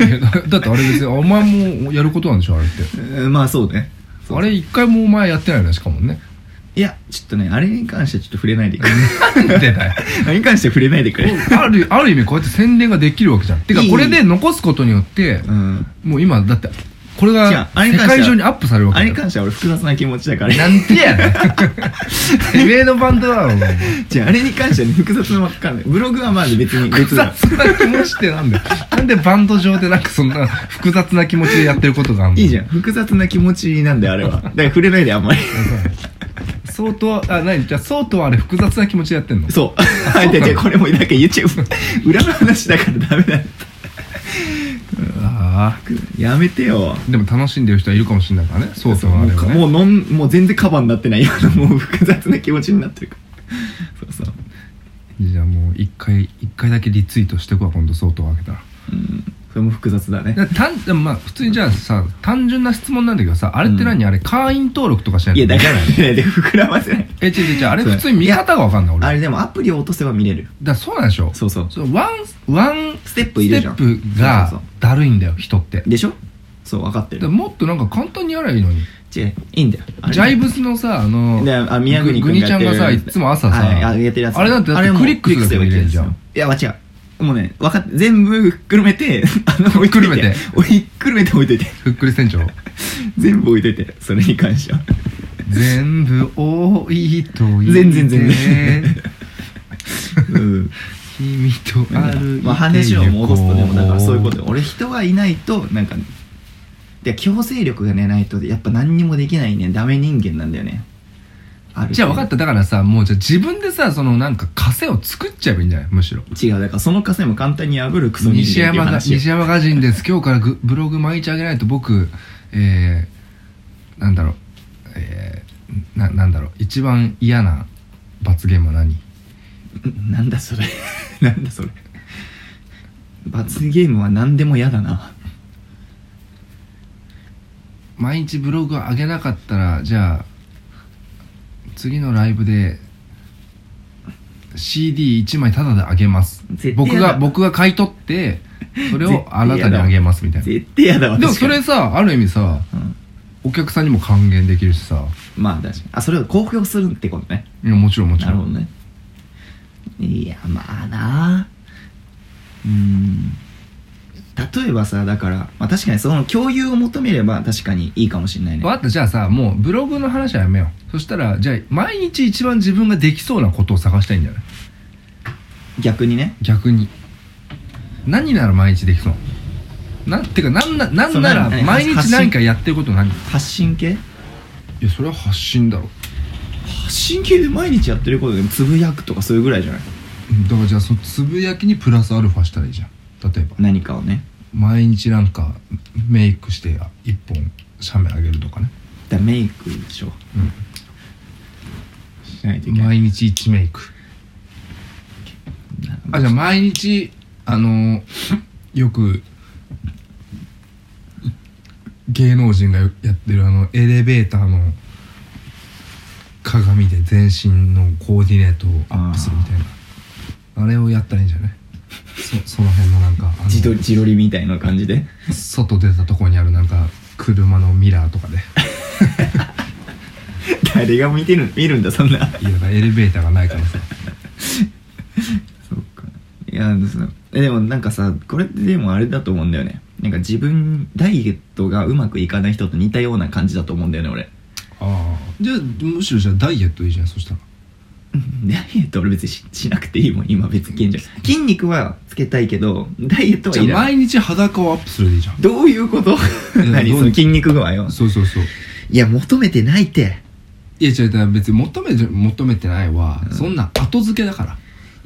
S1: いやだだってあれ別にお前もやることなんでしょあれって
S2: ううん まあそうね
S1: あれ一回もお前やってないよねしかもね
S2: いやちょっとねあれに関してはちょっと触れないでいこ
S1: なんでだよ
S2: う あれに関しては触れないでくれ
S1: あるある意味こうやって宣伝ができるわけじゃんてか
S2: いい
S1: これで残すことによって
S2: うん
S1: もう今だってこれ
S2: 違う
S1: が
S2: あれに
S1: 世
S2: 関して
S1: 界
S2: は
S1: 中にアップされるわけ
S2: あ
S1: だ
S2: れ
S1: よ
S2: に関しては俺複雑な気持ちだから
S1: なんてやねん てめえのバンドだろお前
S2: じゃああれに関してはね複雑なわかんないブログはまず別に
S1: 複
S2: 別だ
S1: 雑な気持ちってなんだよなんでバンド上でなんかそんな複雑な気持ちでやってることがあるの
S2: いいじゃん複雑な気持ちなんだよあ れはだから触れないであんまり
S1: 相当あ何じゃあ相当あれ複雑な気持ちでやってんの
S2: そう あじゃあじゃあこれもなんか YouTube 裏の話だからダメだ
S1: あ
S2: やめてよ
S1: あでも楽しんでる人はいるかもしれないからね相当あ
S2: もう
S1: れは
S2: か
S1: ね
S2: もうのんもう全然カバーになってないような もう複雑な気持ちになってるからそうそう
S1: じゃあもう一回一回だけリツイートしてくわ今度相当あげたら
S2: うんそれも複雑だね
S1: だ単でもまあ普通にじゃあさ単純な質問なんだけどさあれって何、あれ会員登録とかしない
S2: い
S1: と
S2: やだか
S1: 見れ
S2: ら
S1: ない
S2: ねで膨らませない
S1: え違う違う違うあれ普通に見方が分かんない俺
S2: あれでもアプリを落とせば見れる
S1: だからそうなんでしょ
S2: そうそう
S1: そうワンワン
S2: ステップい
S1: ス
S2: る
S1: テ
S2: じゃ
S1: ッ
S2: ん
S1: プ
S2: そう
S1: が
S2: そう
S1: だるいんだよ人って
S2: そうでしょそう分かって
S1: だから
S2: る
S1: もっとなんか簡単にやればいいのに
S2: 違ういいんだよあれ
S1: ジャイブスのさあの
S2: であ宮国
S1: ぐ
S2: 君
S1: にちゃんがさ
S2: やってる
S1: いつも朝さ、
S2: はいあげてるやつ
S1: あれだってだって
S2: もう
S1: クリックすればいいじゃん
S2: いや違うもうね分かって全部ひっくるめて あの置いとい
S1: ひっくるめて
S2: おいひっくるめて置いといて
S1: ふっくり船長
S2: 全部置いといてそれに 関しては
S1: 全部多いと言って
S2: 全然全然うん
S1: 君と歩いて
S2: まあ話を戻すとでもだからそういうことよ
S1: よ
S2: 俺人がいないとなんかで強制力がねないとやっぱ何にもできないねダメ人間なんだよねある
S1: じゃあ分かっただからさもうじゃあ自分でさそのなんか枷を作っちゃえばいいんじゃないむしろ
S2: 違うだからその枷も簡単に破るクソ人
S1: 西
S2: 間っていう
S1: 山が
S2: 話よ
S1: 西山が人 です今日からグブログ毎日あげないと僕えー、なんだろうえー、ななんだろう一番嫌な罰ゲームは何
S2: んなんだそれ なんだそれ罰ゲームは何でも嫌だな
S1: 毎日ブログ上げなかったらじゃあ次のライブで CD1 枚タダであげます
S2: 絶対
S1: 僕
S2: やだ
S1: が僕が買い取ってそれ
S2: 絶
S1: を
S2: 対
S1: あなたにあげますみたい
S2: 絶対嫌だわ
S1: なでもそ
S2: 確か
S1: れ
S2: に
S1: さある意味さ
S2: うん
S1: お客さんにも還元できるしさ
S2: まあ確かにあそれを公表するってことね
S1: いやもちろんもち
S2: な
S1: ろ
S2: るほど
S1: ん
S2: ねいやまあなうん例えばさだから、まあ、確かにその共有を求めれば確かにいいかもしれないね
S1: 分かったじゃあさもうブログの話はやめようそしたらじゃあ毎日一番自分ができそうなことを探したいんじゃない
S2: 逆にね
S1: 逆に何なら毎日できそうなんてかなんなな
S2: そうん
S1: なら
S2: 何何
S1: 毎
S2: 発
S1: 日
S2: 信
S1: 何かやってること何い
S2: 発信系
S1: やそれは発信だろ
S2: 発信系で毎日やってることでもつぶやくとかそういうぐらいじゃない
S1: うんだからじゃあそのつぶやきにプラスアルファしたらいいじゃん例えば
S2: 何かをね
S1: 毎日なんかメイクして一本写メあげるとかね、
S2: だからメイクでしょしないといけない
S1: 毎日1メイク
S2: なんか
S1: あじゃあ毎日あのよく芸能人がやってるあのエレベーターの鏡で全身のコーディネートをアップするみたいなあれをやったらいいんじゃないそその辺のなんかあの
S2: 自撮り自撮りみたいな感じで
S1: 外出たとこにあるなんか車のミラーとかで
S2: 誰が見てる見るんだそんない
S1: やだからエレベーターがないからさ
S2: そうかいやそのえでもなんかさこれってでもあれだと思うんだよねなんか自分ダイエットがうまくいかない人と似たような感じだと思うんだよね俺
S1: ああじゃあむしろじゃあダイエットいいじゃんそしたら
S2: ダイエット俺別にししなくていいもん今別に現状筋肉はつけたいけどダイエットは
S1: じゃあ
S2: いらない
S1: 毎日裸をアップするでいいじゃん
S2: どういうこと
S1: いや
S2: 何
S1: どう
S2: その筋肉具合よ
S1: そうそうそう
S2: いや求めてないって
S1: いや違う違う別に求めて求めてないは、そんな後付けだから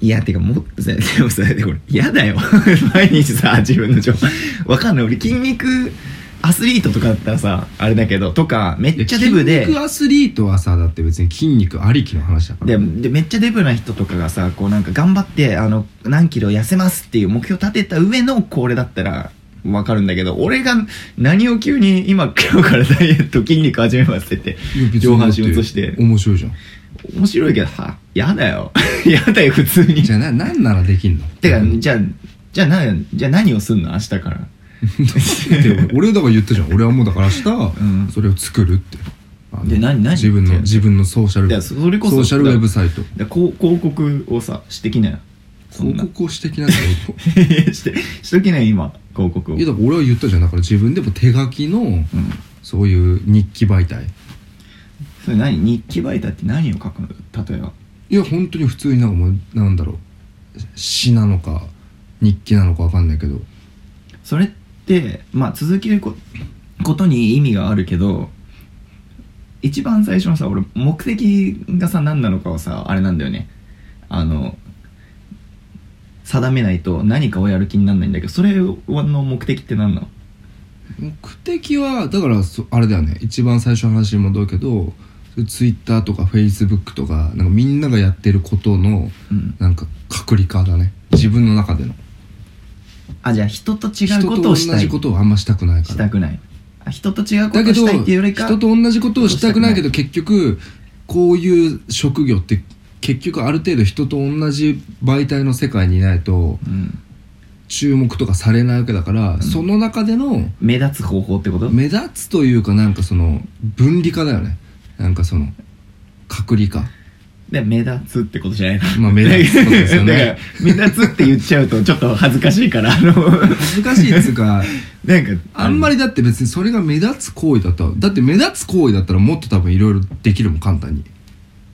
S2: いやてかもうでもそれでこれ嫌だよ 毎日さ自分の情報わかんない俺筋肉アスリートとかだったらさあれだけどとかめっちゃデブで
S1: 筋肉アスリートはさだって別に筋肉ありきの話だから
S2: ででめっちゃデブな人とかがさこうなんか頑張ってあの何キロ痩せますっていう目標立てた上のこれだったらわかるんだけど俺が何を急に今今日からダイエット筋肉始めますって
S1: いや
S2: 言っ
S1: 別
S2: て
S1: に
S2: 上半身落として
S1: 面白いじゃん
S2: 面白いけどさやだよ やだよ普通に
S1: じゃあな何ならできんの
S2: てか
S1: うん
S2: じゃあじゃあなじゃあ何をすんの明日から
S1: で俺だから言ったじゃん俺はもうだから明
S2: うん
S1: 日それを作るってあの
S2: で何何
S1: 自分
S2: って
S1: の自分のソーシャル
S2: いやそれこそ
S1: ソーシャルウェブサイト
S2: だこう広告をさしてきなよ そん
S1: 広
S2: な
S1: 告をしてきながら い
S2: してしときなよ今広告を
S1: やだから俺は言ったじゃんだから自分でも手書きの
S2: うん
S1: そういう日記媒体
S2: それ何日記媒体って何を書くの例えば
S1: いや本当に普通になんかもうなんだろう詩なのか日記なのかわかんないけど
S2: それってまあ続けるこことに意味があるけど一番最初のさ俺目的がさ何なのかをさあれなんだよねあの定めないと何かをやる気にならないんだけどそれの目的って何なの
S1: 目的はだからそあれだよね一番最初の話に戻るけどツイッターとかフェイスブックとかなんかみんながやってることの
S2: うん
S1: なんか隔離化だね自分の中での
S2: あじゃあ人と違う
S1: 人
S2: ことと
S1: 同
S2: をしたい
S1: じことをあんましたくないか
S2: し
S1: ら
S2: たくないあ人と違うこ
S1: だ
S2: と
S1: け
S2: を
S1: ど
S2: したいっていうよりか
S1: 人と同じことをしたくないけど結局こういう職業って結局ある程度人と同じ媒体の世界にいないと
S2: うん、
S1: 注目とかされないわけだから、その中での
S2: 目立つ方法ってこと
S1: 目立つというかなんかその分離化だよねなんかその隔離化
S2: で目立つってことじゃないの
S1: まあ目立つってことですよ
S2: だから
S1: ね
S2: 目立つって言っちゃうとちょっと恥ずかしいから あの
S1: 難しいっつうか
S2: なんか
S1: あんま
S2: り
S1: りだって別にそれが目立つ行為だったらだって目立つ行為だったらもっと多分いろいろできるもん簡単に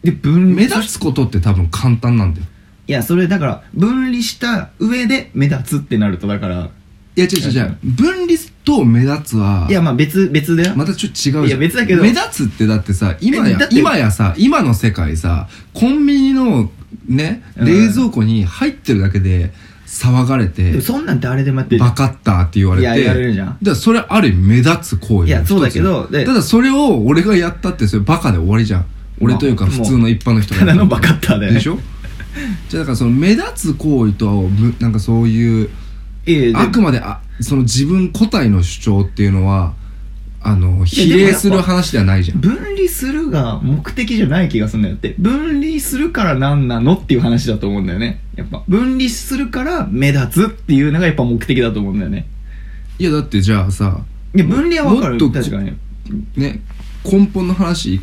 S2: で分
S1: 目立つことって多分簡単なんだよ
S2: いやそれだから分離した上で目立つってなるとだから
S1: いや違う違う違う分離と目立つはい
S2: やまあ別別だよ、
S1: またちょっと違うじゃん
S2: いや別だけど
S1: 目立つってだってさ今
S2: え
S1: や
S2: だって
S1: 今やさ今の世界さコンビニのね
S2: うん
S1: 冷蔵庫に入ってるだけで騒がれて、
S2: でもそんなん誰でもやってる
S1: バカったって言われて
S2: いや言われるじゃん
S1: だからそれある意味目立つ行為の
S2: いやそうだ
S1: 一つ
S2: けどで
S1: ただそれを俺がやったってそれバカで終わりじゃん俺というか
S2: まあ
S1: 普通の一般の人が
S2: ただのバカッターだよね
S1: でしょじゃあだからその目立つ行為とむなんかそういう
S2: いやいや
S1: あくまであその自分個体の主張っていうのはあの比例する話ではないじゃん
S2: 分離するが目的じゃない気がするんだよって分離するから何なのっていう話だと思うんだよねやっぱ分離するから目立つっていうのがやっぱ目的だと思うんだよね
S1: いやだってじゃあさ
S2: いや分離はわか
S1: も
S2: る
S1: っと
S2: 確かに
S1: ね根本の話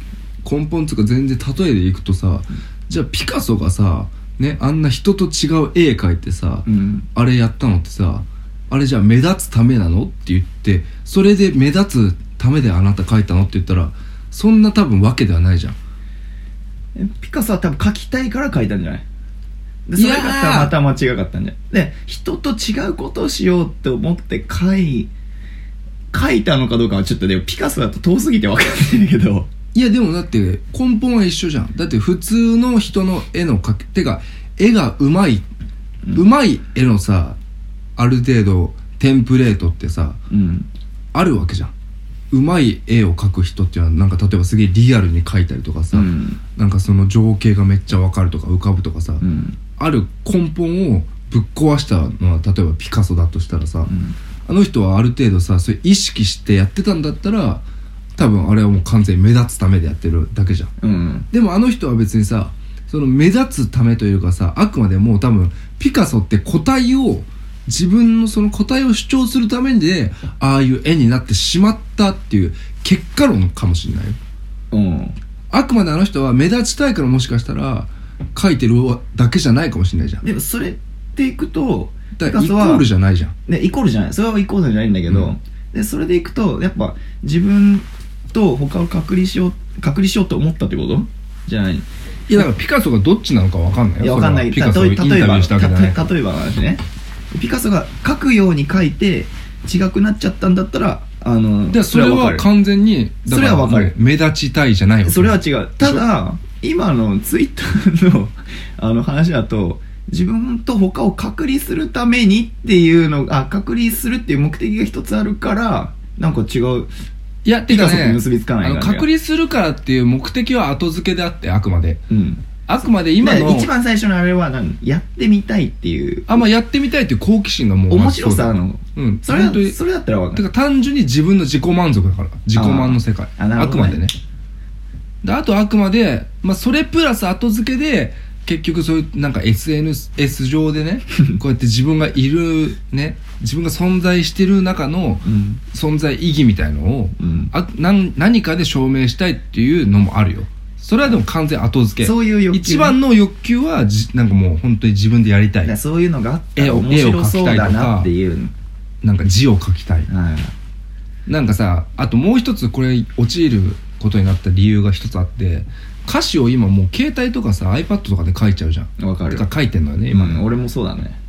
S1: 根本つうか全然例えでいくとさじゃあピカソがさねあんな人と違う絵描いてさ、
S2: うん
S1: あれやったのってさあれじゃあ目立つためなのって言ってそれで目立つためであなた描いたのって言ったらそんな多分わけではないじゃん
S2: えピカソは多分描きたいから描いたんじゃないで
S1: い
S2: それ
S1: やー
S2: がまたまた間違かったんじゃないで人と違うことをしようって思って描い描いたのかどうかはちょっとでもピカソだと遠すぎて分かんないんだけど
S1: いやでもだって根本は一緒じゃんだって普通の人の絵の描きてか絵がうまい、
S2: うん
S1: うまい絵のさある程度テンプレートってさ
S2: うん
S1: あるわけじゃんうまい絵を描く人っていうのはなんか例えばすげえリアルに描いたりとかさ、
S2: うん
S1: なんかその情景がめっちゃわかるとか浮かぶとかさ、
S2: うん
S1: ある根本をぶっ壊したのは例えばピカソだとしたらさ、
S2: うん
S1: あの人はある程度さそれ意識してやってたんだったら多分あれはもう完全に目立つためでやってるだけじゃん
S2: うん
S1: でもあの人は別にさその目立つためというかさあくまでもう多分ピカソって個体を自分のその個体を主張するためにでああいう絵になってしまったっていう結果論かもしれないよ
S2: うん
S1: あくまであの人は目立ちたいからもしかしたら描いてるだけじゃないかもしれないじゃん
S2: でもそれっていくと
S1: だ
S2: ピ
S1: から
S2: カ
S1: イコ
S2: ソは
S1: ールじゃないじゃん
S2: ねイコールじゃないそれはイコールじゃないんだけど、
S1: うん
S2: でそれでいくとやっぱ自分と他を隔離しよう隔離しようと思ったってことじゃない
S1: いやだからピカソがどっちなのかわかんないよ
S2: いや、わかんない。
S1: それはピカソをインタビ
S2: 例え
S1: ュ
S2: ば、
S1: ーしたわけじゃない
S2: た例えばの話ね。ピカソが書くように書いて、違くなっちゃったんだったら、あの、
S1: でそれ
S2: わか
S1: は
S2: る
S1: 完全にだ
S2: それはわかる
S1: もう目立ちたいじゃないわけ
S2: それは違う。ただ、今のツイッターの あの話だと、自分と他を隔離するためにっていうのが、あ隔離するっていう目的が一つあるから、なんか違う。
S1: いやてか
S2: ピカソ
S1: ね
S2: と結びつかない
S1: あの
S2: なんか
S1: 隔離するからっていう目的は後付けであってあくまで
S2: うん。
S1: あくまで今の
S2: で一番最初のあれは何、やってみたいっていう、
S1: あんまやってみたいっていう好奇心がもう
S2: 面白
S1: ま
S2: さ
S1: ず
S2: の、
S1: そうだうん
S2: それ
S1: 本当に
S2: は、それだったらわか
S1: て
S2: る。
S1: か単純に自分の自己満足だから自己満の世界
S2: あーあな
S1: あ
S2: るほ
S1: く
S2: どね
S1: までねであとあくまで、まあ、それプラス後付けで結局そういうなんか SNS 上で ねこうやって自分がいるね自分が存在してる中の
S2: うん。
S1: 存在意義みたいのを
S2: うん。
S1: あなん何かで証明したいっていうのもあるよそれはでも完全後付け
S2: そういう欲求ね
S1: 一番の欲求はじなんかもう本当に自分でやりた
S2: だ
S1: い
S2: からそういうのがあった
S1: 絵
S2: ら
S1: を
S2: 面白そうだなっていう。
S1: なんか字を書きたい
S2: はい
S1: なんかさあともう一つこれ陥ることになった理由が一つあって歌詞を今もう携帯とかさ iPad とかで書いちゃうじゃん
S2: わかる
S1: てか書いてんのよね今
S2: 今
S1: ね、
S2: 俺もそうだね。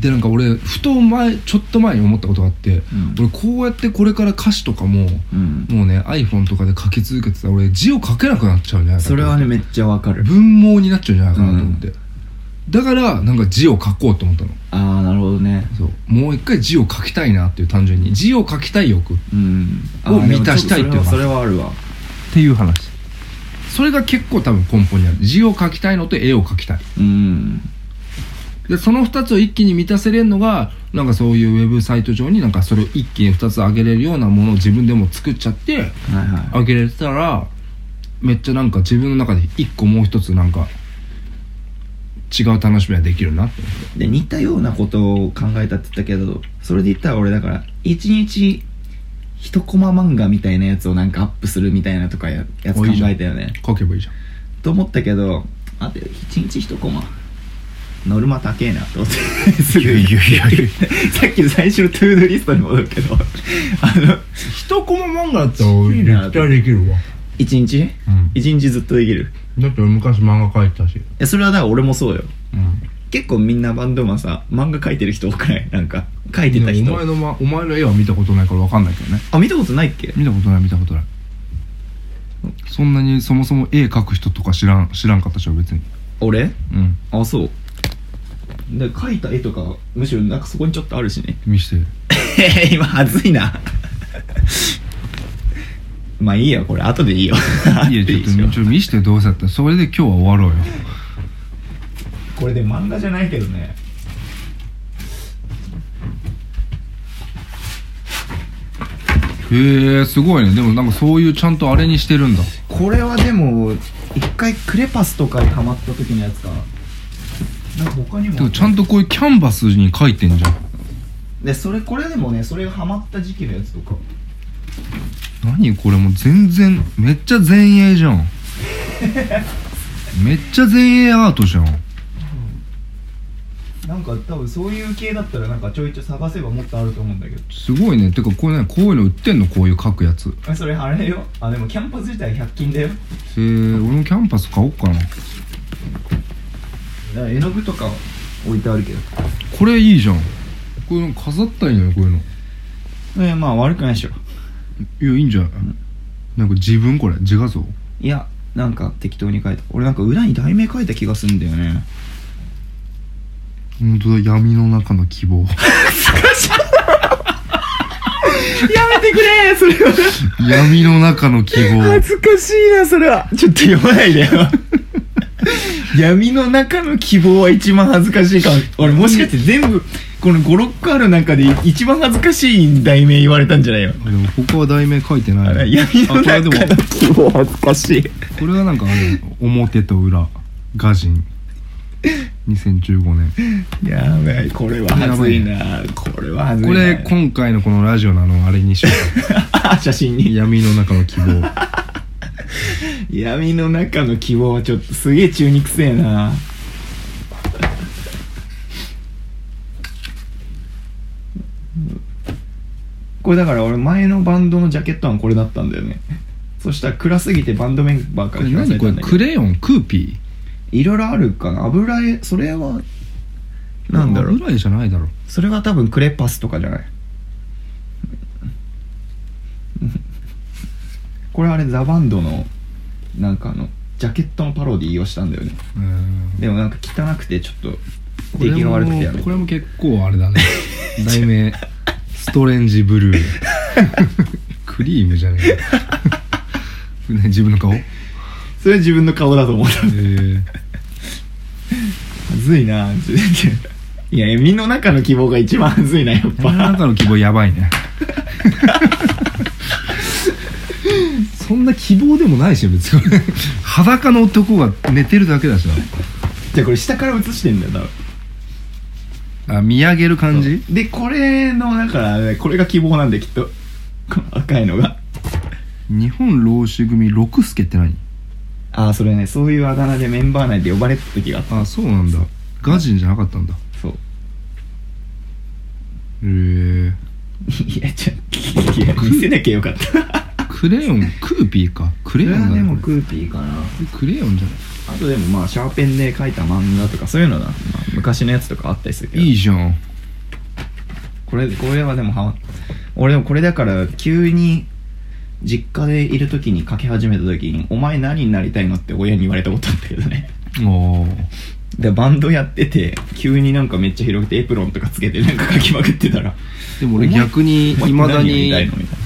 S1: でなんか俺ふと前ちょっと前に思ったことがあって、
S2: ん
S1: 俺こうやってこれから歌詞とかも
S2: うん。
S1: もうね iPhone とかで書き続けてたら俺字を書けなくなっちゃうんじゃないか
S2: それはね、めっちゃわかる。
S1: 文盲になっちゃうんじゃないかなと思って、だからなんか字を書こうと思ったの
S2: ああ、なるほどね。
S1: そうもう一回字を書きたいなっていう単純に字を書きたい欲っ
S2: うん。あ
S1: を満たしたいっていうの
S2: でも
S1: が
S2: それはそれはあるわ。
S1: ていう話それが結構多分根本にある字を書きたいのと絵を描きたい
S2: うん。
S1: でその2つを一気に満たせれるのがなんかそういうウェブサイト上になんかそれを一気に2つ上げれるようなものを自分でも作っちゃって
S2: はいは
S1: 上げれたらめっちゃなんか自分の中で1個もう1つなんか違う楽しみができるなって思って
S2: い。で、似たようなことを考えたって言ったけど、それで言ったら俺だから、一日、一コマ漫画みたいなやつをなんかアップするみたいなとかややつ考えたよね。
S1: 書けばいいじゃん
S2: と思ったけど、あと一日一コマ。ノルマ高えなと思って、すぐ
S1: いやいやいや
S2: さっきの最初のトゥードゥリストに戻るけど、あの、
S1: 一コマ漫画だった
S2: いいな
S1: ら絶対できるわ
S2: 一日
S1: うん
S2: 一日ずっとできる。
S1: だって俺昔漫画描いてたし
S2: いや、それはだから俺もそうよ。
S1: うん
S2: 結構みんなバンドマンさ、漫画描いてる人多くないなんか、描いてた
S1: で
S2: 人
S1: もお。前の、ま、お前の絵は見たことないから分かんないけどね
S2: あ、見たことないっけ
S1: 見たことない見たことないそんなにそもそも絵描く人とか知らん知らんかったしょ別に
S2: 俺
S1: うん
S2: あ、そう。で、描いた絵とか、むしろなんかそこにちょっとあるしね。
S1: 見して
S2: 今、恥ずいな。まあいいや、これ、後でいいよ。
S1: いやちょっと
S2: 後でいいで
S1: 見
S2: し
S1: ちょ見してどうせだったらそれで今日は終わろうよ
S2: ょこれで漫画じゃないけどね。
S1: へえすごいねでもなんかそういうちゃんとあれにしてるんだ
S2: これはでも一回クレパスとかにハマった時のやつかなんか他に
S1: でも
S2: も
S1: ちゃんとこういうキャンバスに描いてんじゃん
S2: でそれこれでもねそれがハマった時期のやつとか
S1: 何これもう全然めっちゃ前衛じゃんめっちゃ前衛アートじゃん
S2: なんか多分そういう系だったらなんかちょいちょい探せばもっとあると思うんだけど
S1: すごいねてかこれねこういうの売ってんのこういう描くやつへ
S2: あそれあれよあでもキャンパス自体100均だよ
S1: え俺もキャンパス買おっかな
S2: だから絵の具とか置いてあるけど
S1: これいいじゃんこれ飾ったらいいのよこういうの
S2: えまあ悪くないでしょ
S1: いやいいんじゃない、なんか自分これ自画像
S2: いやなんか適当に描いた俺なんか裏に題名書いた気がするんだよね
S1: 本当だ闇の中の希望
S2: やめてくれそれは
S1: 闇の中の希望
S2: 恥ずかしいなそれはちょっと読まないでよ闇の中の希望は一番恥ずかしいかも俺もしかして全部この56個ある中で一番恥ずかしい題名言われたんじゃないよ
S1: でもここは題名書いてない
S2: 闇の
S1: あこ
S2: 中
S1: れで
S2: の
S1: も
S2: 希望恥ずかしい
S1: これはなんかあれ表と裏ガジ ン2015年
S2: やばいこれは恥ずいなこれは恥ずい
S1: こ
S2: な
S1: れ今回のこのラジオのあのあれにしよ
S2: 写真
S1: う
S2: に
S1: 闇の中の希望
S2: 闇の中の希望はちょっとすげえ中肉せえなこれだから俺前のバンドのジャケットはこれだったんだよねそしたら暗すぎてバンドメンバーか
S1: こ
S2: ら
S1: れ
S2: 聞かさ
S1: 何
S2: れた
S1: これ
S2: んだ
S1: ク
S2: けど
S1: レヨンクーピ
S2: いろいろあるかな油絵それは
S1: ー
S2: なんだろう
S1: ぐらいじゃないだろ
S2: それは多分クレパスとかじゃないこれあれザ・バンドのなんかあのジャケットのパロディーをしたんだよね
S1: ううん
S2: でもなんか汚くてちょっと
S1: これ
S2: 出来が悪くてや
S1: も
S2: め
S1: こ
S2: た
S1: れも結構あれだね題名ストレンジブル ークリームじゃねえこれ何自分の顔え
S2: それ自分の顔だと思った
S1: ー、
S2: まずいなちょっといや身の中の希望が一番まずいなやっ
S1: 世の
S2: ぱ
S1: 中の希望やばいねそんな希望でもないし別に裸の男が寝てるだけだし
S2: じゃあこれ下から映してんだよ多分
S1: なあ見上げる感じ
S2: でこれのだからねこれが希望なんできっと この赤いのが
S1: 日本老子組六助って何
S2: ああそれねそういうあだ名でメンバー内で呼ばれてた時があった
S1: あそうなんだガジンじゃなかったんだへ
S2: そう
S1: え
S2: いやちょいや見せなきゃよかった
S1: クレヨンクーピーかク
S2: そ
S1: レヨ
S2: れ
S1: ンだ
S2: は
S1: ね
S2: でも
S1: こ
S2: クーピーかな
S1: れクレヨンじゃない
S2: あとでもまあシャーペンで描いた漫画とかそういうのだ、まあ昔のやつとかあったりするけど
S1: いいじゃん
S2: これこれはでもハマった俺でもこれだから急に実家でいる時に描き始めた時に「お前何になりたいの?」って親に言われたことあったけど ね
S1: おー
S2: でバンドやってて急になんかめっちゃ広くてエプロンとかつけてなんか描きまくってたら
S1: でも俺逆に
S2: お前
S1: いまだに
S2: 何やりたいのみたいな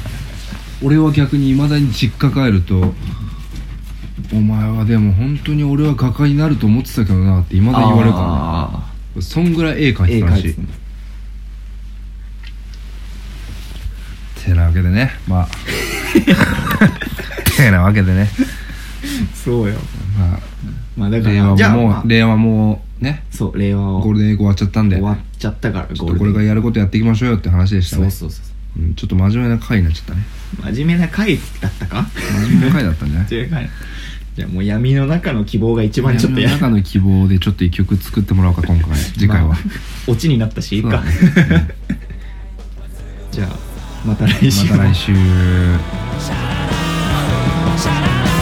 S1: 俺は逆にいまだに実家帰ると「お前はでも本当に俺は画家になると思ってたけどな」っていまだに言われるか
S2: あ
S1: らねそんぐらい絵描
S2: ー
S1: いて
S2: 絵
S1: たら
S2: 描い
S1: しい
S2: て
S1: った
S2: んだ
S1: てなわけでねまあてなわけでね
S2: そうよ
S1: まあ
S2: まあだから
S1: 令和
S2: じゃあ
S1: もも
S2: まあ
S1: う令和はもうね
S2: そう令和を
S1: ゴールデンウィーク終わっちゃったんで
S2: 終わっ
S1: ち
S2: ちゃったから
S1: ょっとこれからやることやっていきましょうよって話でした
S2: そ
S1: ね
S2: うそうそうそ
S1: うんちょっと真面目な回になっちゃったね
S2: う真面目な回だったか
S1: 真面目な回だったんじゃない
S2: 真面目な回じゃあもう闇の中の希望が一番ちょっと
S1: 闇
S2: や
S1: の中の希望でちょっと一曲作ってもらおうか今回次 回は、
S2: まあオチになったしいい
S1: そうだ
S2: か
S1: ね
S2: じゃあまた来週
S1: また来
S5: シ
S1: 週
S5: ャラララ